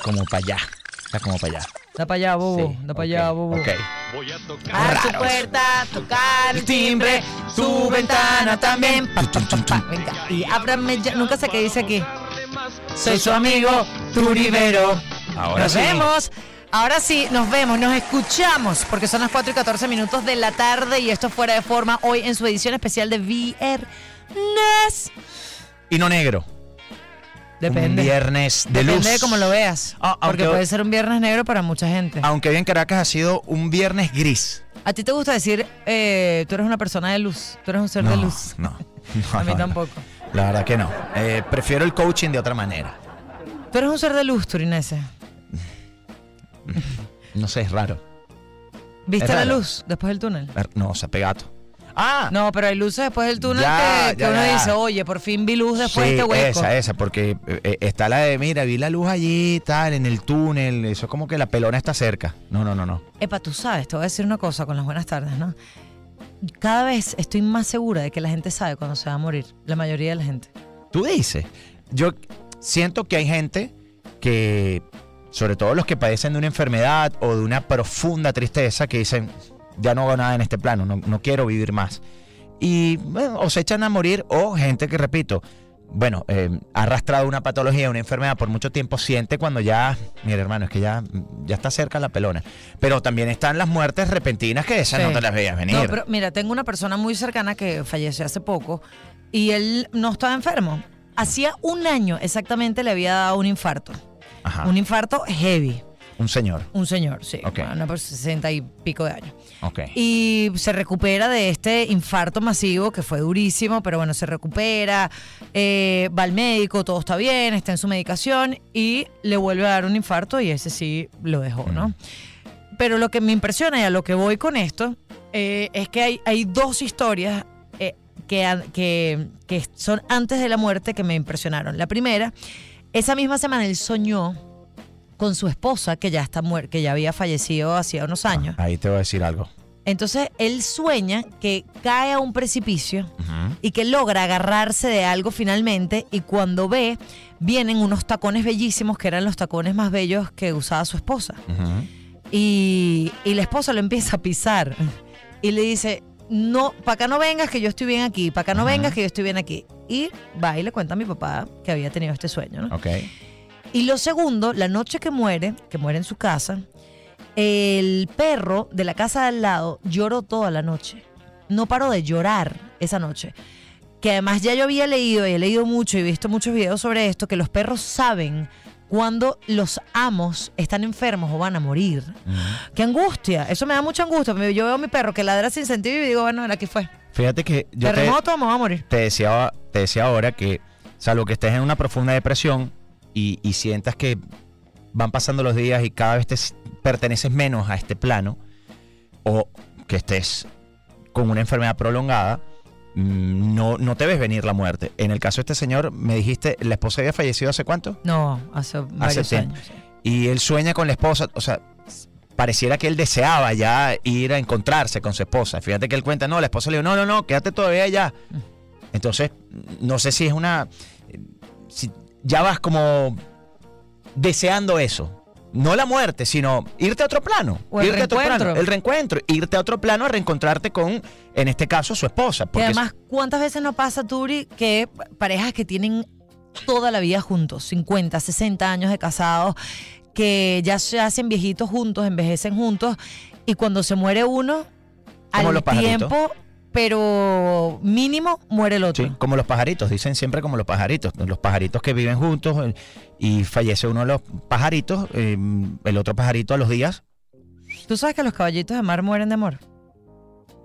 como para allá. Está como para allá. Da para allá, Oh, bobo. Sí, Da para ok, allá, bobo. ok. Voy a tocar. A Raros. tu puerta, tocar el timbre, su ventana también. Pa, pa, pa, pa. Venga, y ábrame ya. Nunca sé qué dice aquí. Soy su amigo, Turibero. Ahora nos sí. vemos. Ahora sí, nos vemos, nos escuchamos, porque son las 4 y 14 minutos de la tarde y esto es fuera de forma hoy en su edición especial de Viernes. Y no negro. Un Depende. viernes de luz. Depende de cómo lo veas. Ah, aunque- porque puede ser un viernes negro para mucha gente. Aunque bien Caracas ha sido un viernes gris. A ti te gusta decir, eh, tú eres una persona de luz, tú eres un ser de No, luz. No, no, A mí no, no. tampoco. La verdad que no. Eh, prefiero el coaching de otra manera. Tú eres un ser de luz, Turinese. No sé, es raro. ¿Viste Es la raro. luz después del túnel? Er- No, o sea, pegato. Ah, No, pero hay luces después del túnel Ya, que, que ya, uno ya. dice, oye, por fin vi luz después sí, de este hueco. esa, esa, porque eh, eh, está la de, mira, vi la luz allí, tal, en el túnel, eso es como que la pelona está cerca. No, no, no, no. Epa, tú sabes, te voy a decir una cosa con las buenas tardes, ¿no? Cada vez estoy más segura de que la gente sabe cuando se va a morir, la mayoría de la gente. Tú dices, yo siento que hay gente que, sobre todo los que padecen de una enfermedad o de una profunda tristeza, que dicen, ya no hago nada en este plano, no, no quiero vivir más. Y bueno, o se echan a morir o gente que, repito, bueno, eh, ha arrastrado una patología, una enfermedad por mucho tiempo, siente cuando ya, mira hermano, es que ya, ya está cerca la pelona. Pero también están las muertes repentinas que esas Sí. no te las veías venir. No, pero mira, tengo una persona muy cercana que falleció hace poco y él no estaba enfermo. Hacía un año exactamente le había dado un infarto. Ajá, Un un, infarto heavy. señor. Un señor, sí. Ok. Una por 60 y pico de años. Ok. Y se recupera de este infarto masivo que fue durísimo, pero bueno, se recupera, eh, va al médico, todo está bien, está en su medicación y le vuelve a dar un infarto y ese sí lo dejó, ¿no? Mm. Pero lo que me impresiona y a lo que voy con esto eh, es que hay, hay dos historias eh, que, han- que, que son antes de la muerte que me impresionaron. La primera, esa misma semana él soñó con su esposa que ya está muer- que ya había fallecido hacía unos años. Ahí te voy a decir algo. Entonces él sueña que cae a un precipicio Ujú. y que logra agarrarse de algo finalmente y cuando ve vienen unos tacones bellísimos que eran los tacones más bellos que usaba su esposa. Ujú. Y, y la esposa lo empieza a pisar y le dice, no, para acá no vengas que yo estoy bien aquí, para acá no Ajá. vengas que yo estoy bien aquí. Y va y le cuenta a mi papá que había tenido este sueño. ¿no? Ok. Y lo segundo, la noche que muere, que muere en su casa, el perro de la casa de al lado lloró toda la noche. No paró de llorar esa noche. Que además ya yo había leído y he leído mucho y visto muchos videos sobre esto, que los perros saben cuando los amos están enfermos o van a morir. ¡Qué angustia! Eso me da mucha angustia. Me- Yo veo a mi perro que ladra sin sentido y digo, bueno, aquí fue. Fíjate que yo te, Terremoto, vamos a morir. te decía, te decía ahora que, salvo que estés en una profunda depresión y, y sientas que van pasando los días y cada vez te s- perteneces menos a este plano, o que estés con una enfermedad prolongada, mm, no, no te ves venir la muerte. En el caso de este señor, me dijiste, la esposa había fallecido hace cuánto? No, hace varios tiempo. años. Y él sueña con la esposa, o sea, pareciera que él deseaba ya ir a encontrarse con su esposa. Fíjate que él cuenta, no, la esposa le dijo, no, no, no, quédate todavía allá. Mm. Entonces, no sé si es una... Si ya vas como deseando eso. No la muerte, sino irte a otro plano. O el irte a otro plano. reencuentro. el reencuentro. Irte a otro plano a reencontrarte con, en este caso, su esposa. Que Porque además, ¿cuántas veces no pasa, Turi, que parejas que tienen toda la vida juntos, 50, 60 años de casados, que ya se hacen viejitos juntos, envejecen juntos, y cuando se muere uno, Como al los pajaritos. tiempo, pero mínimo, muere el otro. Sí, como los pajaritos, dicen siempre como los pajaritos. Los pajaritos que viven juntos eh, y fallece uno de los pajaritos, eh, el otro pajarito a los días. ¿Tú sabes que los caballitos de mar mueren de amor?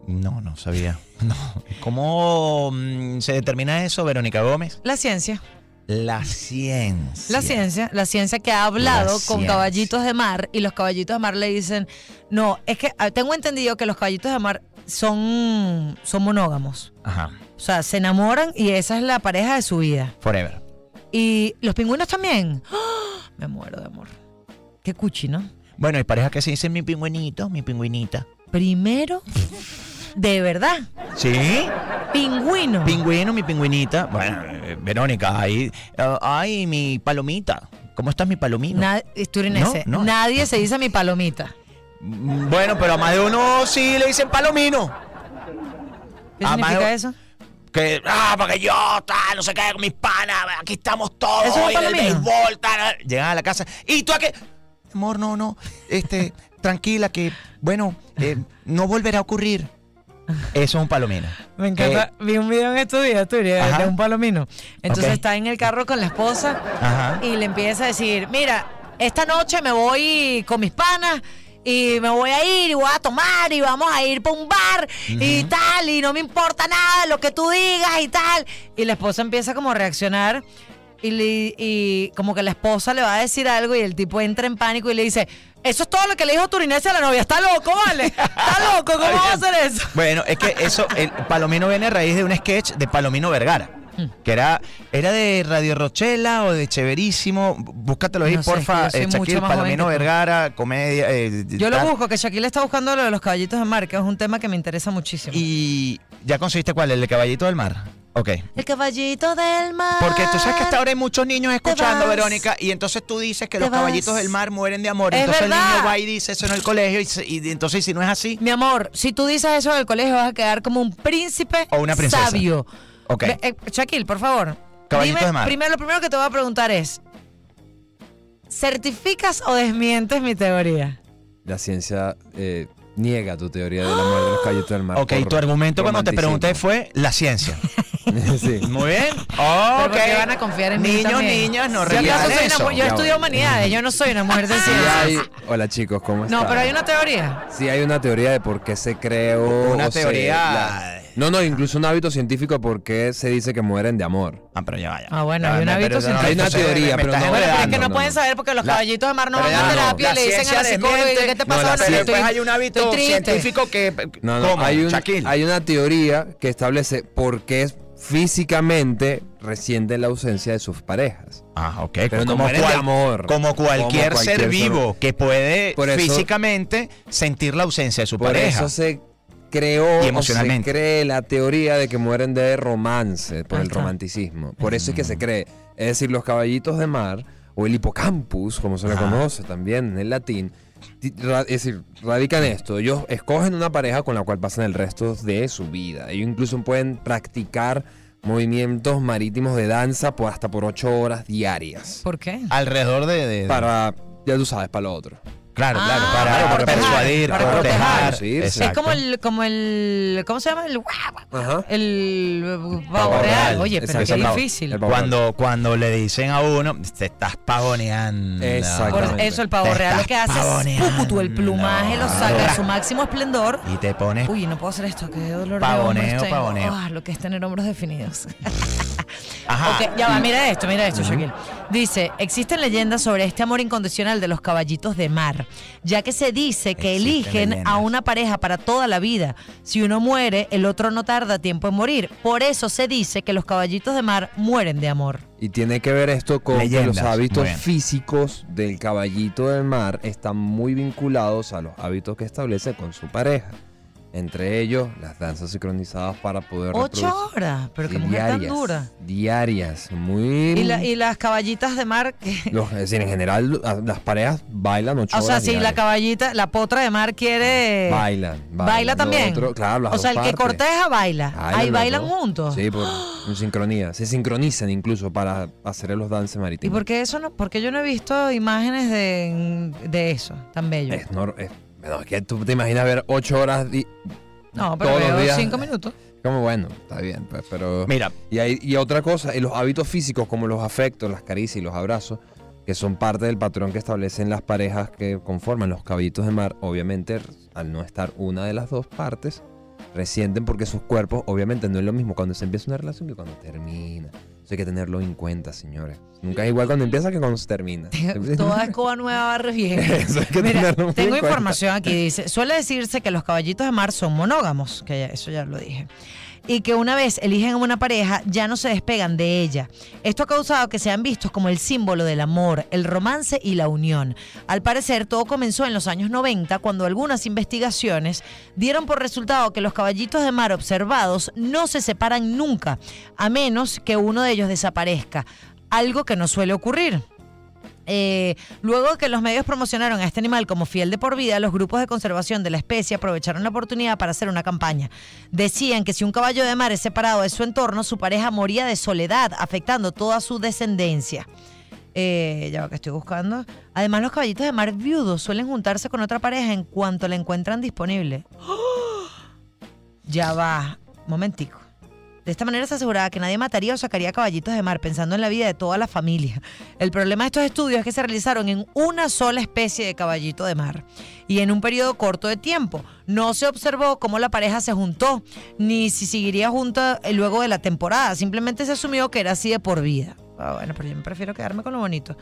No, no sabía. No. ¿Cómo mm, se determina eso, Verónica Gómez? La ciencia, La ciencia. la ciencia, la ciencia que ha hablado La con ciencia. caballitos de mar y los caballitos de mar le dicen, no, es que ah, tengo entendido que los caballitos de mar son, son monógamos. Ajá. O sea, se enamoran y esa es la pareja de su vida. Forever. Y los pingüinos también. ¡Ah! Me muero de amor. Qué cuchi, ¿no? Bueno, hay parejas que se dicen mi pingüinito, mi pingüinita. Primero, de verdad, ¿Sí? pingüino. Pingüino, mi pingüinita. Bueno, eh, Verónica, ahí. eh, ay, mi palomita. ¿Cómo estás mi palomino? Na- estoy en No, ese. no. Nadie se dice mi palomita. Mm, bueno, pero a más de uno sí le dicen palomino. ¿Qué Ah, significa Majo. eso? Que, ah, porque yo, tal, no se cae con mis panas, aquí estamos todos, Eso es un hoy en el palomino. béisbol, tal. Llegan a la casa, ¿y tú a qué? Amor, no, no, este, tranquila, que, bueno, eh, no volverá a ocurrir. Eso es un palomino. Me encanta. Vi un video en estos días, tú, de Eh. Ajá. de un palomino. Entonces Ok. está en el carro con la esposa Ajá. y le empieza a decir, mira, esta noche me voy con mis panas y me voy a ir y voy a tomar y vamos a ir para un bar y tal y no me importa nada lo que tú digas y tal. Y la esposa empieza como a reaccionar y, le- y como que la esposa le va a decir algo y el tipo entra en pánico y le dice, eso es todo lo que le dijo Turinese a la novia, está loco, vale, está loco, ¿cómo va a hacer eso? Bueno, es que eso, el Palomino viene a raíz de un sketch de Palomino Vergara. Hmm. Que era, era de Radio Rochela o de Cheverísimo. Búscatelo ahí, No sé, porfa. es que yo eh, soy mucho Shaquille, más joven Palomino que tú. Vergara, comedia. eh, Yo lo tal. busco, que Shaquille está buscando lo de los caballitos de marca, es un tema que me interesa muchísimo. Y ya conseguiste cuál, el de Caballito del Mar. Ok. El caballito del mar. Porque tú sabes que hasta ahora hay muchos niños escuchando, vas. Verónica, y entonces tú dices que Te los caballitos vas. del mar mueren de amor. Es entonces el verdad. niño va y dice eso en el colegio, y, se- y entonces si no es así, Mi amor, si tú dices eso en el colegio vas a quedar como un príncipe O una princesa. sabio. ok. Ve- eh, Shaquille, por favor. Caballito dime- de mar. Primero, lo primero que te voy a preguntar es, ¿certificas o desmientes mi teoría? La ciencia eh, niega tu teoría del amor de los caballitos del mar. Ok, por tu argumento cuando te pregunté romanticismo. fue la ciencia. sí. Muy bien. Pero Ok. ¿por qué van a confiar en mí Niños, también? niñas, no Si acaso regalen soy una eso. mu- Yo Ya estudio voy. humanidades, yo no soy una mujer de Sí ciencia. hay- Hola chicos, ¿cómo están? No, pero hay una teoría. Sí hay una teoría de por qué se creó... Una o sea, teoría- la- No, no, incluso un hábito científico de por qué se dice que mueren de amor. Ah, pero ya vaya. Ah, bueno, hay un me- hábito pero no, científico. Hay una entonces teoría, me pero estás no- Bueno, pero es que enredando. no, no, pueden no. saber porque los La- caballitos de mar no Pero ya van a no, la terapia y le dicen a ciencia la psicóloga desmiente- ¿qué te No, pasó? la No, ciencia- estoy- Después hay un hábito estoy triste. científico que... No, no, ¿Cómo? hay, un- Shaquille. hay una teoría que establece por qué es- físicamente resienten la ausencia de sus parejas. Ah, ok. Pero no mueren de amor. como cualquier Como ser cualquier vivo que puede Por eso- físicamente sentir la ausencia de su Por pareja. eso se creó Y o se emocionalmente. cree la teoría de que mueren de romance por Ahí el está. romanticismo. Por eso es que Mm. se cree. Es decir, los caballitos de mar o el hipocampus, como se le Ajá. conoce también en el latín, di- ra- es decir, radican esto. Ellos escogen una pareja con la cual pasan el resto de su vida. Ellos incluso pueden practicar movimientos marítimos de danza por hasta por ocho horas diarias. ¿Por qué? Ah, Alrededor de... de- Para, ya tú sabes, para lo otro. Claro, claro. Ah, Para, para para proteger, persuadir, para para proteger. proteger. Es Exacto. como el, como el, ¿cómo se llama? El guau, guau, Ajá. el eh, pavo Pavo real. real. Oye, pero Exacto, qué el pavo- difícil. el pavo- Cuando, cuando le dicen a uno, te estás pavoneando. Exacto. Por Exactamente. eso el pavo Te real lo que estás hace es pavoneando. pucutu, el plumaje lo saca de su máximo esplendor. Y te pones Uy, no puedo hacer esto, qué dolor Pavoneo, de hombros tengo. pavoneo. Ah, lo que es tener hombros definidos. Ajá. Ok, ya va, mira esto, mira esto, Shaquille. Dice, existen leyendas sobre este amor incondicional de los caballitos de mar, ya que se dice que Existen eligen leyendas. a una pareja para toda la vida. Si uno muere, el otro no tarda tiempo en morir. Por eso se dice que los caballitos de mar mueren de amor. Y tiene que ver esto con Leyendas, que los muy hábitos bien. físicos del caballito del mar están muy vinculados a los hábitos que establece con su pareja. Entre ellos, las danzas sincronizadas para poder Ocho reproducir- horas, pero qué Sí, mujer tan diarias, dura. Diarias, muy... Y, la- y las caballitas de mar, que- Los- es decir, en general, a- las parejas bailan ocho o sea, horas si la diarias. caballita, la potra de mar quiere... Bailan, bailan. Baila Lo también. otro- claro, las o dos sea, el que partes. corteja baila. Bailan Ahí los bailan dos. juntos. Sí, por en sincronía. Se sincronizan incluso para hacer los dances ¿Y marítimos. por qué eso no? Porque yo no he visto imágenes de, de eso tan bello. Es, nor- es- bueno, es que tú te imaginas ver ocho horas di- no, pero todos los veo días. cinco minutos. Como bueno, está bien, pues, pero... Mira, Y, hay, y otra cosa, y los hábitos físicos como los afectos, las caricias y los abrazos, que son parte del patrón que establecen las parejas que conforman los caballitos de mar, obviamente al no estar una de las dos partes, resienten porque sus cuerpos obviamente no es lo mismo cuando se empieza una relación que cuando termina. Eso hay que tenerlo en cuenta, señores. Nunca es igual cuando empieza que cuando se termina. Toda escoba nueva barre bien. Eso hay que Mira, tenerlo muy en tengo cuenta. información aquí. Dice, suele decirse que los caballitos de mar son monógamos, que ya- eso ya lo dije. Y que una vez eligen a una pareja, ya no se despegan de ella. Esto ha causado que sean vistos como el símbolo del amor, el romance y la unión. Al parecer, todo comenzó en los años 90, cuando algunas investigaciones dieron por resultado que los caballitos de mar observados no se separan nunca, a menos que uno de ellos desaparezca. Algo que no suele ocurrir. Eh, luego de que los medios promocionaron a este animal como fiel de por vida, los grupos de conservación de la especie aprovecharon la oportunidad para hacer una campaña. Decían que si un caballo de mar es separado de su entorno, su pareja moría de soledad, afectando toda su descendencia. Eh, ya va que estoy buscando. Además, los caballitos de mar viudos suelen juntarse con otra pareja en cuanto la encuentran disponible. ¡Oh! Ya va, momentico. De esta manera se aseguraba que nadie mataría o sacaría caballitos de mar, pensando en la vida de toda la familia. El problema de estos estudios es que se realizaron en una sola especie de caballito de mar y en un periodo corto de tiempo. No se observó cómo la pareja se juntó, ni si seguiría junta eh, luego de la temporada. Simplemente se asumió que era así de por vida. Ah, bueno, pero yo me prefiero quedarme con lo bonito.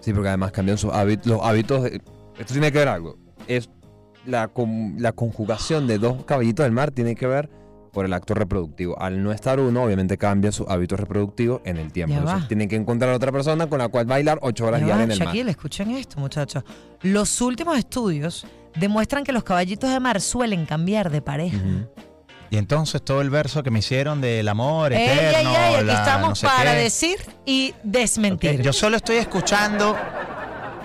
Sí, porque además cambian sus hábitos. Los hábitos. de- Esto tiene que ver algo. Es la, con- la conjugación de dos caballitos del mar tiene que ver por el acto reproductivo. Al no estar uno, obviamente cambia su hábito reproductivo en el tiempo. Ya Entonces, va. tienen que encontrar a otra persona con la cual bailar ocho horas Ya va, diarias en el mar. Shaquille, "Ah, escuchen esto, muchachos. Los últimos estudios demuestran que los caballitos de mar suelen cambiar de pareja. Ujú. Y entonces todo el verso que me hicieron del amor Ey, ey, eterno. ey, aquí la estamos no sé para qué. decir y Ok, desmentir. Yo solo estoy escuchando.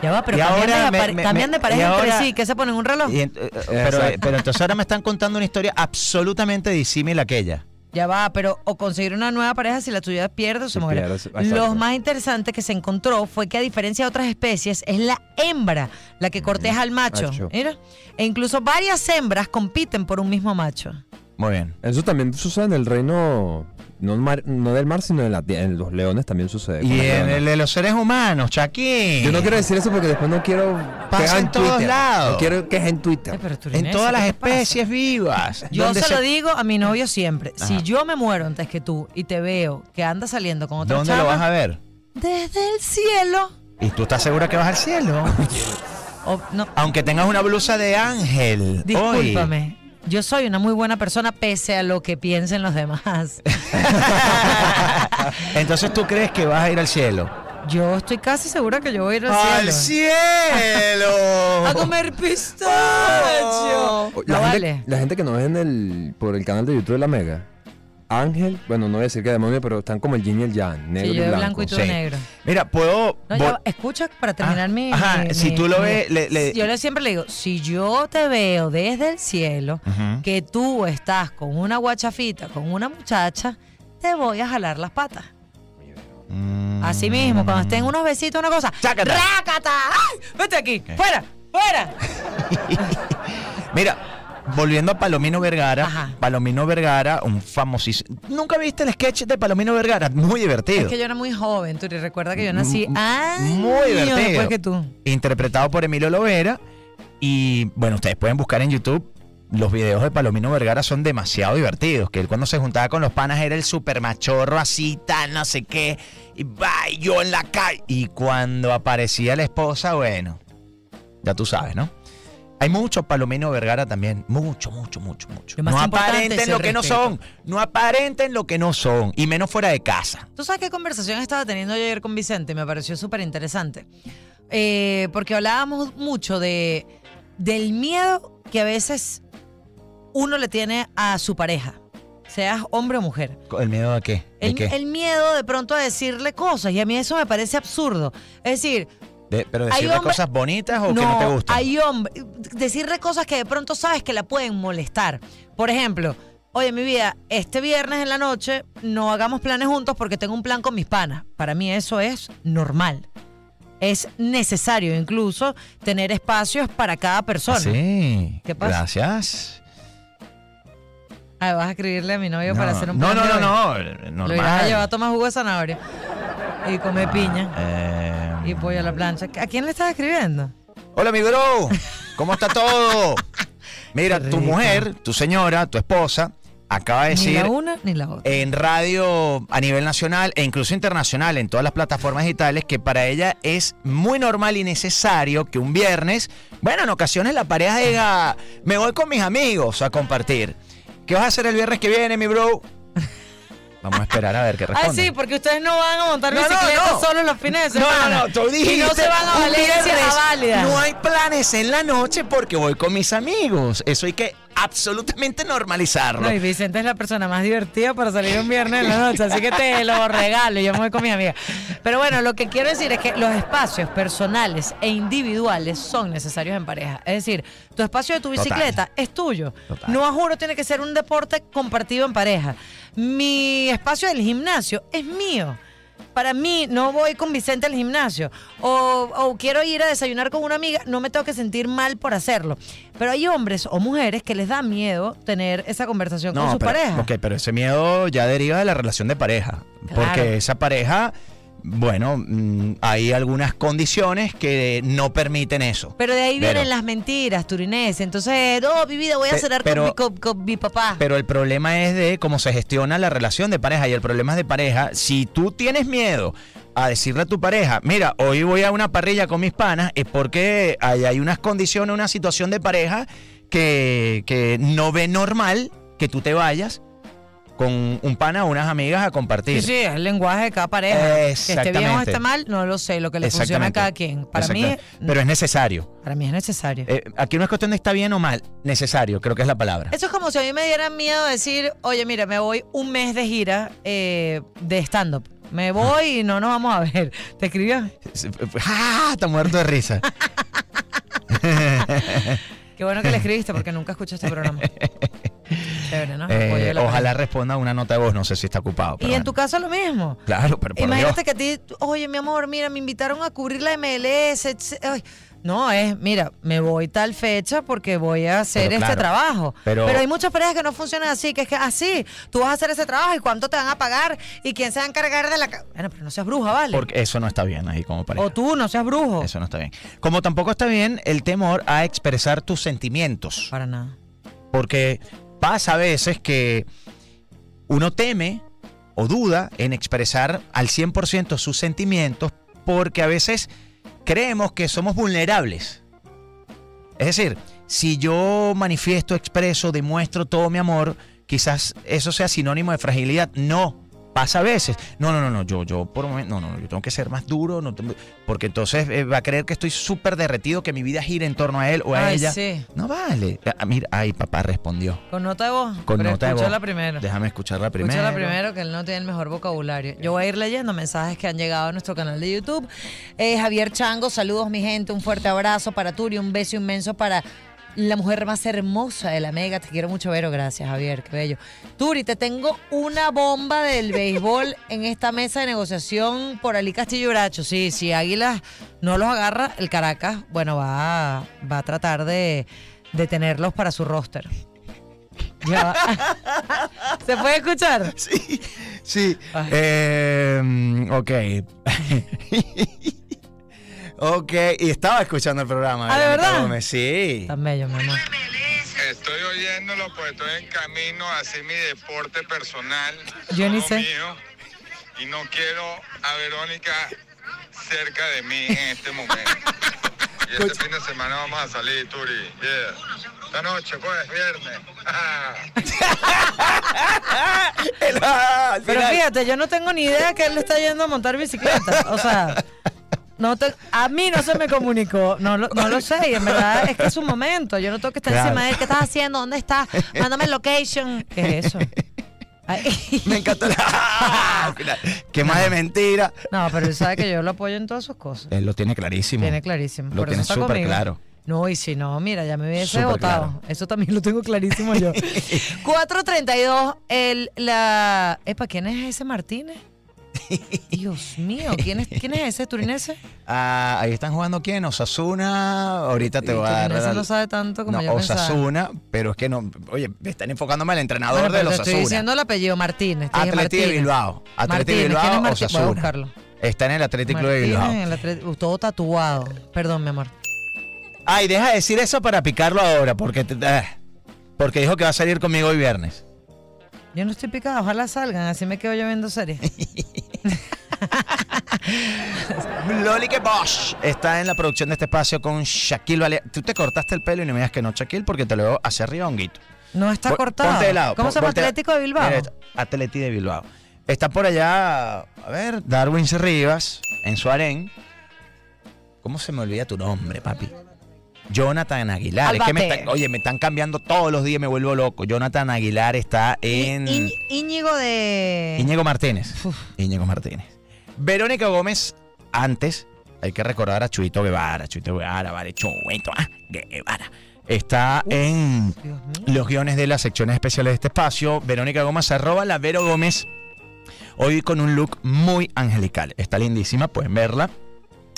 Ya va, pero Y cambian, ahora de, me- pare- me- cambian me- de pareja y entre ahora- sí, que se ponen un reloj. y ent- eh, pero, Exacto. pero entonces ahora me están contando una historia absolutamente disímil a aquella. Ya va, pero o conseguir una nueva pareja si la tuya pierde o se Si muere. pierdes, exacto. Lo más interesante que se encontró fue que a diferencia de otras especies es la hembra la que corteja al macho. macho. Mira. E incluso varias hembras compiten por un mismo macho. Muy bien. Eso también sucede en el reino. No, mar- no del mar, sino en, la tie- en los leones también sucede. con Y las en leonas. el de los seres humanos, Chaquín. Yo no quiero decir eso porque después no quiero. Pasa quejas en todos Twitter. lados. No quiero que es en Twitter. Ay, pero tú, En Inés, todas ¿qué las te pasa? especies vivas. Yo ¿Dónde se, se- lo digo a mi novio siempre. Si Ajá. yo me muero antes que tú y te veo que andas saliendo con otra ¿Dónde lo chama, vas a ver? desde el cielo. ¿Y tú estás segura que vas al cielo? o- no, Aunque tengas una blusa de ángel. Hoy. Discúlpame. Yo soy una muy buena persona pese a lo que piensen los demás. Entonces tú crees que vas a ir al cielo. yo estoy casi segura que yo voy a ir al, cielo. A cielo! comer Oh. pistacho. Oh, La, No gente, vale. la gente que nos ve en el, por el canal de YouTube de la Mega, Ángel, bueno, no voy a decir que demonio, pero están como el yin y el yang, Sí, yo negro y de blanco. blanco y tú de sí. negro. Mira, puedo. No, ya vol- va, escucha para terminar Ah, mi. ajá, mi- si mi- tú lo mi- ves, le- le- Yo le- siempre le digo: si yo te veo desde el cielo Ujú. que tú estás con una guachafita, con una muchacha, te voy a jalar las patas. Mm. Así mismo, cuando estén unos besitos, una cosa. Chácata. ¡Rácata! ¡Ay! ¡Vete aquí! ¡Fuera! ¡Fuera! Mira, volviendo a Palomino Vergara. Ajá. Palomino Vergara, un famosísimo. ¿Nunca viste el sketch de Palomino Vergara? Muy divertido. Es que yo era muy joven, tú recuerda que yo nací Mm, mm, años muy divertido. después que tú. interpretado por Emilio Lovera. Y bueno, ustedes pueden buscar en YouTube. Los videos de Palomino Vergara son demasiado divertidos. Que él cuando se juntaba con los panas era el super machorro así, tal, no sé qué. Y va, y yo en la calle. Y cuando aparecía la esposa, bueno, ya tú sabes, ¿no? Hay mucho Palomino Vergara también. Mucho, mucho, mucho, mucho. Lo más No importante es aparenten el lo que no respeto. son. No aparenten lo que no son. Y menos fuera de casa. ¿Tú sabes qué conversación estaba teniendo yo ayer con Vicente? Me pareció súper interesante. Eh, porque hablábamos mucho de del miedo que a veces uno le tiene a su pareja, seas hombre o mujer. ¿El miedo a qué? ¿De El, qué? el miedo de pronto a decirle cosas, y a mí eso me parece absurdo. Es decir, De- ¿Pero hay decirle hombre- cosas bonitas o Oh, que no te gustan? Hay hombres. Decirle cosas que de pronto sabes que la pueden molestar. Por ejemplo, oye, mi vida, este viernes en la noche no hagamos planes juntos porque tengo un plan con mis panas. Para mí eso es normal. Es necesario incluso tener espacios para cada ¿Ah, persona. Sí. ¿Qué pasa? Gracias. Ay, Ah, vas a escribirle a mi novio para hacer un no, plan. no, de no, hoy. no, eh, Lo irás a llevar a normal. Ah. tomar jugo de zanahoria y comer piña Eh, y pollo a la plancha. ¿A quién le estás escribiendo? Hola, mi bro. ¿Cómo está todo? Mira, Qué tu rico. mujer, tu señora, tu esposa, acaba de Ni decir Eh, la una ni la otra. en radio a nivel nacional e incluso internacional, en todas las plataformas digitales, que para ella es muy normal y necesario que un viernes, bueno, en ocasiones la pareja diga, me voy con mis amigos a compartir. ¿Qué vas a hacer el viernes que viene, mi bro? Vamos a esperar a ver qué Ah, responde. sí, porque ustedes no van a montar No, no, bicicleta no. solo los fines de No, semana. no, no, tú dijiste. Y no se van a un Valencia viernes a Válida. No hay planes en la noche porque voy con mis amigos. Eso hay que absolutamente normalizarlo. No, y Vicente es la persona más divertida para salir un viernes en la noche, así que te lo regalo, yo me voy con mi amiga. Pero bueno, lo que quiero decir es que los espacios personales e individuales son necesarios en pareja. Es decir, tu espacio de tu Total. bicicleta es tuyo. Total. No a juro tiene que ser un deporte compartido en pareja. Mi espacio del gimnasio es mío. Para mí, no voy con Vicente al gimnasio. O, o quiero ir a desayunar con una amiga, no me tengo que sentir mal por hacerlo. Pero hay hombres o mujeres que les da miedo tener esa conversación con su pero, pareja. Ok, pero ese miedo ya deriva de la relación de pareja. Claro. Porque esa pareja, bueno, mm, hay algunas condiciones que no permiten eso. Pero de ahí vienen Pero- las mentiras, turinés. Entonces, no, mi vida, voy a Pe- cenar pero- con, mi, con- con mi papá. Pero el problema es de cómo se gestiona la relación de pareja. Y el problema es de pareja. Si tú tienes miedo a decirle a tu pareja, mira, hoy voy a una parrilla con mis panas, es porque hay, hay unas condiciones, una situación de pareja que, que no ve normal que tú te vayas con un pana o unas amigas a compartir. Sí, sí, es el lenguaje de cada pareja. Que esté bien o Exactamente. esté mal, no lo sé. Lo que le funciona a Exactamente. cada quien. Para mí, Exactamente. Pero es necesario. para mí es necesario. Eh, aquí no es cuestión de está bien o mal. Necesario, creo que es la palabra. Eso es como si a mí me diera miedo decir, oye, mira, me voy un mes de gira eh, de stand-up. Me voy y no nos vamos a ver. ¿Te escribió? ¡Ah! Está muerto de risa. Qué bueno que le escribiste porque nunca escuché este programa. Chévere, ¿no? Eh, Apoyo la ojalá pareja. responda una nota de voz, no sé si está ocupado. Y pero en tu bueno. caso lo mismo. Claro, pero por Dios. Imagínate que a ti, oye, mi amor, mira, me invitaron a cubrir la MLS. etc. Ay, no, es, mira, me voy tal fecha porque voy a hacer Pero este claro, trabajo. Pero, pero- hay muchas parejas que no funcionan así, que es que así, tú vas a hacer ese trabajo y cuánto te van a pagar y quién se va a encargar de la... ca-". Bueno, pero no seas bruja, ¿vale? Porque eso no está bien ahí como pareja. o tú, no seas brujo. Eso no está bien. Como tampoco está bien el temor a expresar tus sentimientos. Para nada. Porque pasa a veces que uno teme o duda en expresar al 100% sus sentimientos porque a veces creemos que somos vulnerables. Es decir, si yo manifiesto, expreso, demuestro todo mi amor, quizás eso sea sinónimo de fragilidad. No. Pasa a veces. No, no, no, no. Yo, yo, por un momento, no, no, yo tengo que ser más duro, no tengo- porque entonces eh, va a creer que estoy súper derretido, que mi vida gira en torno a él o a Ay, ella. sí. No vale. Ah, Mira, ay, papá respondió. Con nota de voz. Con pero nota de voz. escúchala primero. Déjame escucharla primero. Escúchala primero, que él no tiene el mejor vocabulario. Yo voy a ir leyendo mensajes que han llegado a nuestro canal de YouTube. Eh, Javier Chango, saludos mi gente, un fuerte abrazo para Turi, un beso inmenso para la mujer más hermosa de la mega. Te quiero mucho, Vero. Gracias, Javier, qué bello. Turi, te tengo una bomba del béisbol en esta mesa de negociación por Ali Castillo y Bracho. Sí, si Águilas no los agarra, el Caracas, bueno, va, va a tratar de, de tenerlos para su roster. Ya va. ¿Se puede escuchar? Sí, sí. Ay. Eh, ok. ok, y estaba escuchando el programa. Ah, ¿de Verónica verdad? Gómez, Sí. Tan bello, mamá. Estoy oyéndolo pues estoy en camino a hacer mi deporte personal. Yo ni todo sé. mío, y no quiero a Verónica cerca de mí en este momento. y este fin de semana vamos a salir, Turi. Yeah. Esta noche, pues, viernes. El- ah, al Pero final. fíjate, yo no tengo ni idea que él le está yendo a montar bicicleta. O sea, no te- a mí no se me comunicó. No lo, no lo sé. Y en verdad es que es un momento. Yo no tengo que estar Claro. encima de él. ¿Qué estás haciendo? ¿Dónde estás? Mándame el location. ¿Qué es eso? Ay. Me encantó. la- ah, al final. Qué más de mentira. No, pero él sabe que yo lo apoyo en todas sus cosas. Él lo tiene clarísimo. Tiene clarísimo. Lo Por eso tiene está súper conmigo. claro. No, y si no, mira, ya me hubiese Súper votado. claro. Eso también lo tengo clarísimo yo. 432, el, la... Epa, ¿quién es ese Martínez? Dios mío, ¿quién es, quién es ese turinese? Ah, ahí están jugando quién? Osasuna. Ahorita te Y voy a dar. turinese no sabe tanto como No, yo pensaba. Osasuna, pero es que no. Oye, me están enfocándome al entrenador Bueno, de pero los te estoy Osasuna. diciendo el apellido Martínez. te dije Atleti de Martínez. Bilbao. Atleti de Martínez, ¿quién es Bilbao, Martí- Voy a Osasuna. buscarlo. Está en el Atlético de Martínez, Bilbao. el atleti- uh, todo tatuado. Perdón, mi amor. Ay, deja de decir eso para picarlo ahora, porque, te- ah, porque dijo que va a salir conmigo hoy viernes. Yo no estoy picada, ojalá salgan, así me quedo yo viendo series. Loli que Bosch está en la producción de este espacio con Shaquille Vale. Tú te cortaste el pelo y no me digas que no, Shaquille, porque te lo veo hacia arriba, honguito. No está Vol- cortado. ponte de lado, ¿Cómo pon- se llama voltea. Atlético de Bilbao? Mira, está- Atleti de Bilbao. Está por allá, a ver, Darwin Rivas, en su harén. ¿Cómo se me olvida tu nombre, papi? Jonathan Aguilar. Es que me Álvate. están- oye, me están cambiando todos los días, me vuelvo loco. Jonathan Aguilar está en. Iñ- Íñigo de. Íñigo Martínez. Uf. Íñigo Martínez. Verónica Gómez, antes, hay que recordar a Chuito Guevara. Chuito Guevara, vale, Chuito ah, Guevara. Está en Dios mío. los guiones de las secciones especiales de este espacio. Verónica Gómez, arroba la Vero Gómez. Hoy con un look muy angelical. Está lindísima, pueden verla.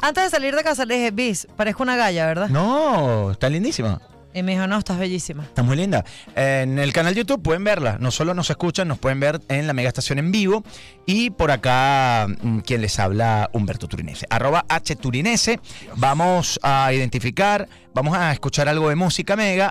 Antes de salir de casa le dije, Bis, parezco una galla, ¿verdad? No, está lindísima. Y me dijo, no, estás bellísima. Está muy linda. En el canal YouTube pueden verla. No solo nos escuchan, nos pueden ver en la mega estación en vivo. Y por acá, mm, quien les habla, Humberto Turinese. Arroba H Turinese. Vamos a identificar, vamos a escuchar algo de música mega.